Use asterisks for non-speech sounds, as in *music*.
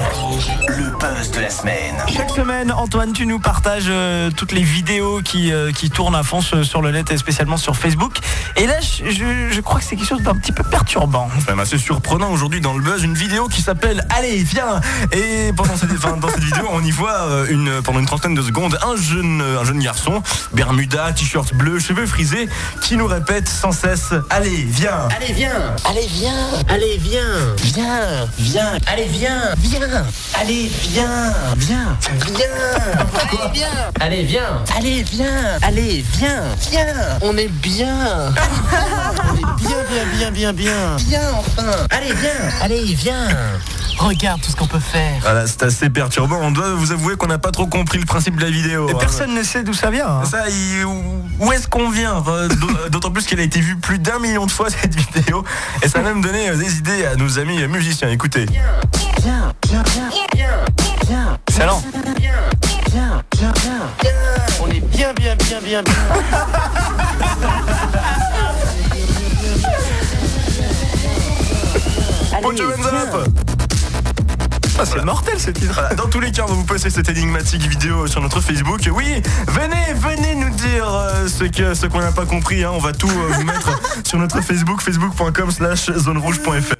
Orange, le buzz de la semaine. Chaque semaine, Antoine, tu nous partages euh, toutes les vidéos qui, euh, qui tournent à fond sur sur le net et spécialement sur Facebook. Et là, je, je- je crois que c'est quelque chose d'un petit peu perturbant. C'est assez surprenant aujourd'hui dans le buzz une vidéo qui s'appelle Allez viens et pendant cette, enfin, dans cette vidéo on y voit euh, une, pendant une trentaine de secondes un jeune, euh, un jeune garçon Bermuda t-shirt bleu cheveux frisés qui nous répète sans cesse Allez viens Allez, viens Allez, viens Allez, viens Viens Viens Allez, viens Viens Allez, viens Viens Viens Allez, viens Allez, viens Allez, viens Allez, viens Viens On est bien On est bien, bien, bien, bien, bien Bien, enfin Allez, viens Allez, viens Regarde tout ce qu'on peut faire Voilà, c'est assez perturbant on doit vous avouer qu'on n'a pas trop compris le principe de la vidéo Et hein. personne ne sait d'où ça vient. hein. ça, il- où- où est-ce qu'on vient Enfin, d'au- *laughs* D'autant plus qu'elle a été vue plus d'un million de fois *laughs* cette vidéo et ça a même donné euh, des idées à nos amis euh, musiciens. Écoutez. Viens Viens Viens Viens Viens Excellent. Bien, bien, bien, bien, bien. On est bien, bien, bien, bien, bien. Put your hands up Ah, c'est mortel ce titre. Dans tous les cas, on va vous passer cette énigmatique vidéo sur notre Facebook. Oui, venez, venez nous dire euh, ce *laughs* que ce qu'on n'a pas compris. hein. On va tout euh, vous mettre sur notre Facebook, facebook.com/slash zonerouge.fr.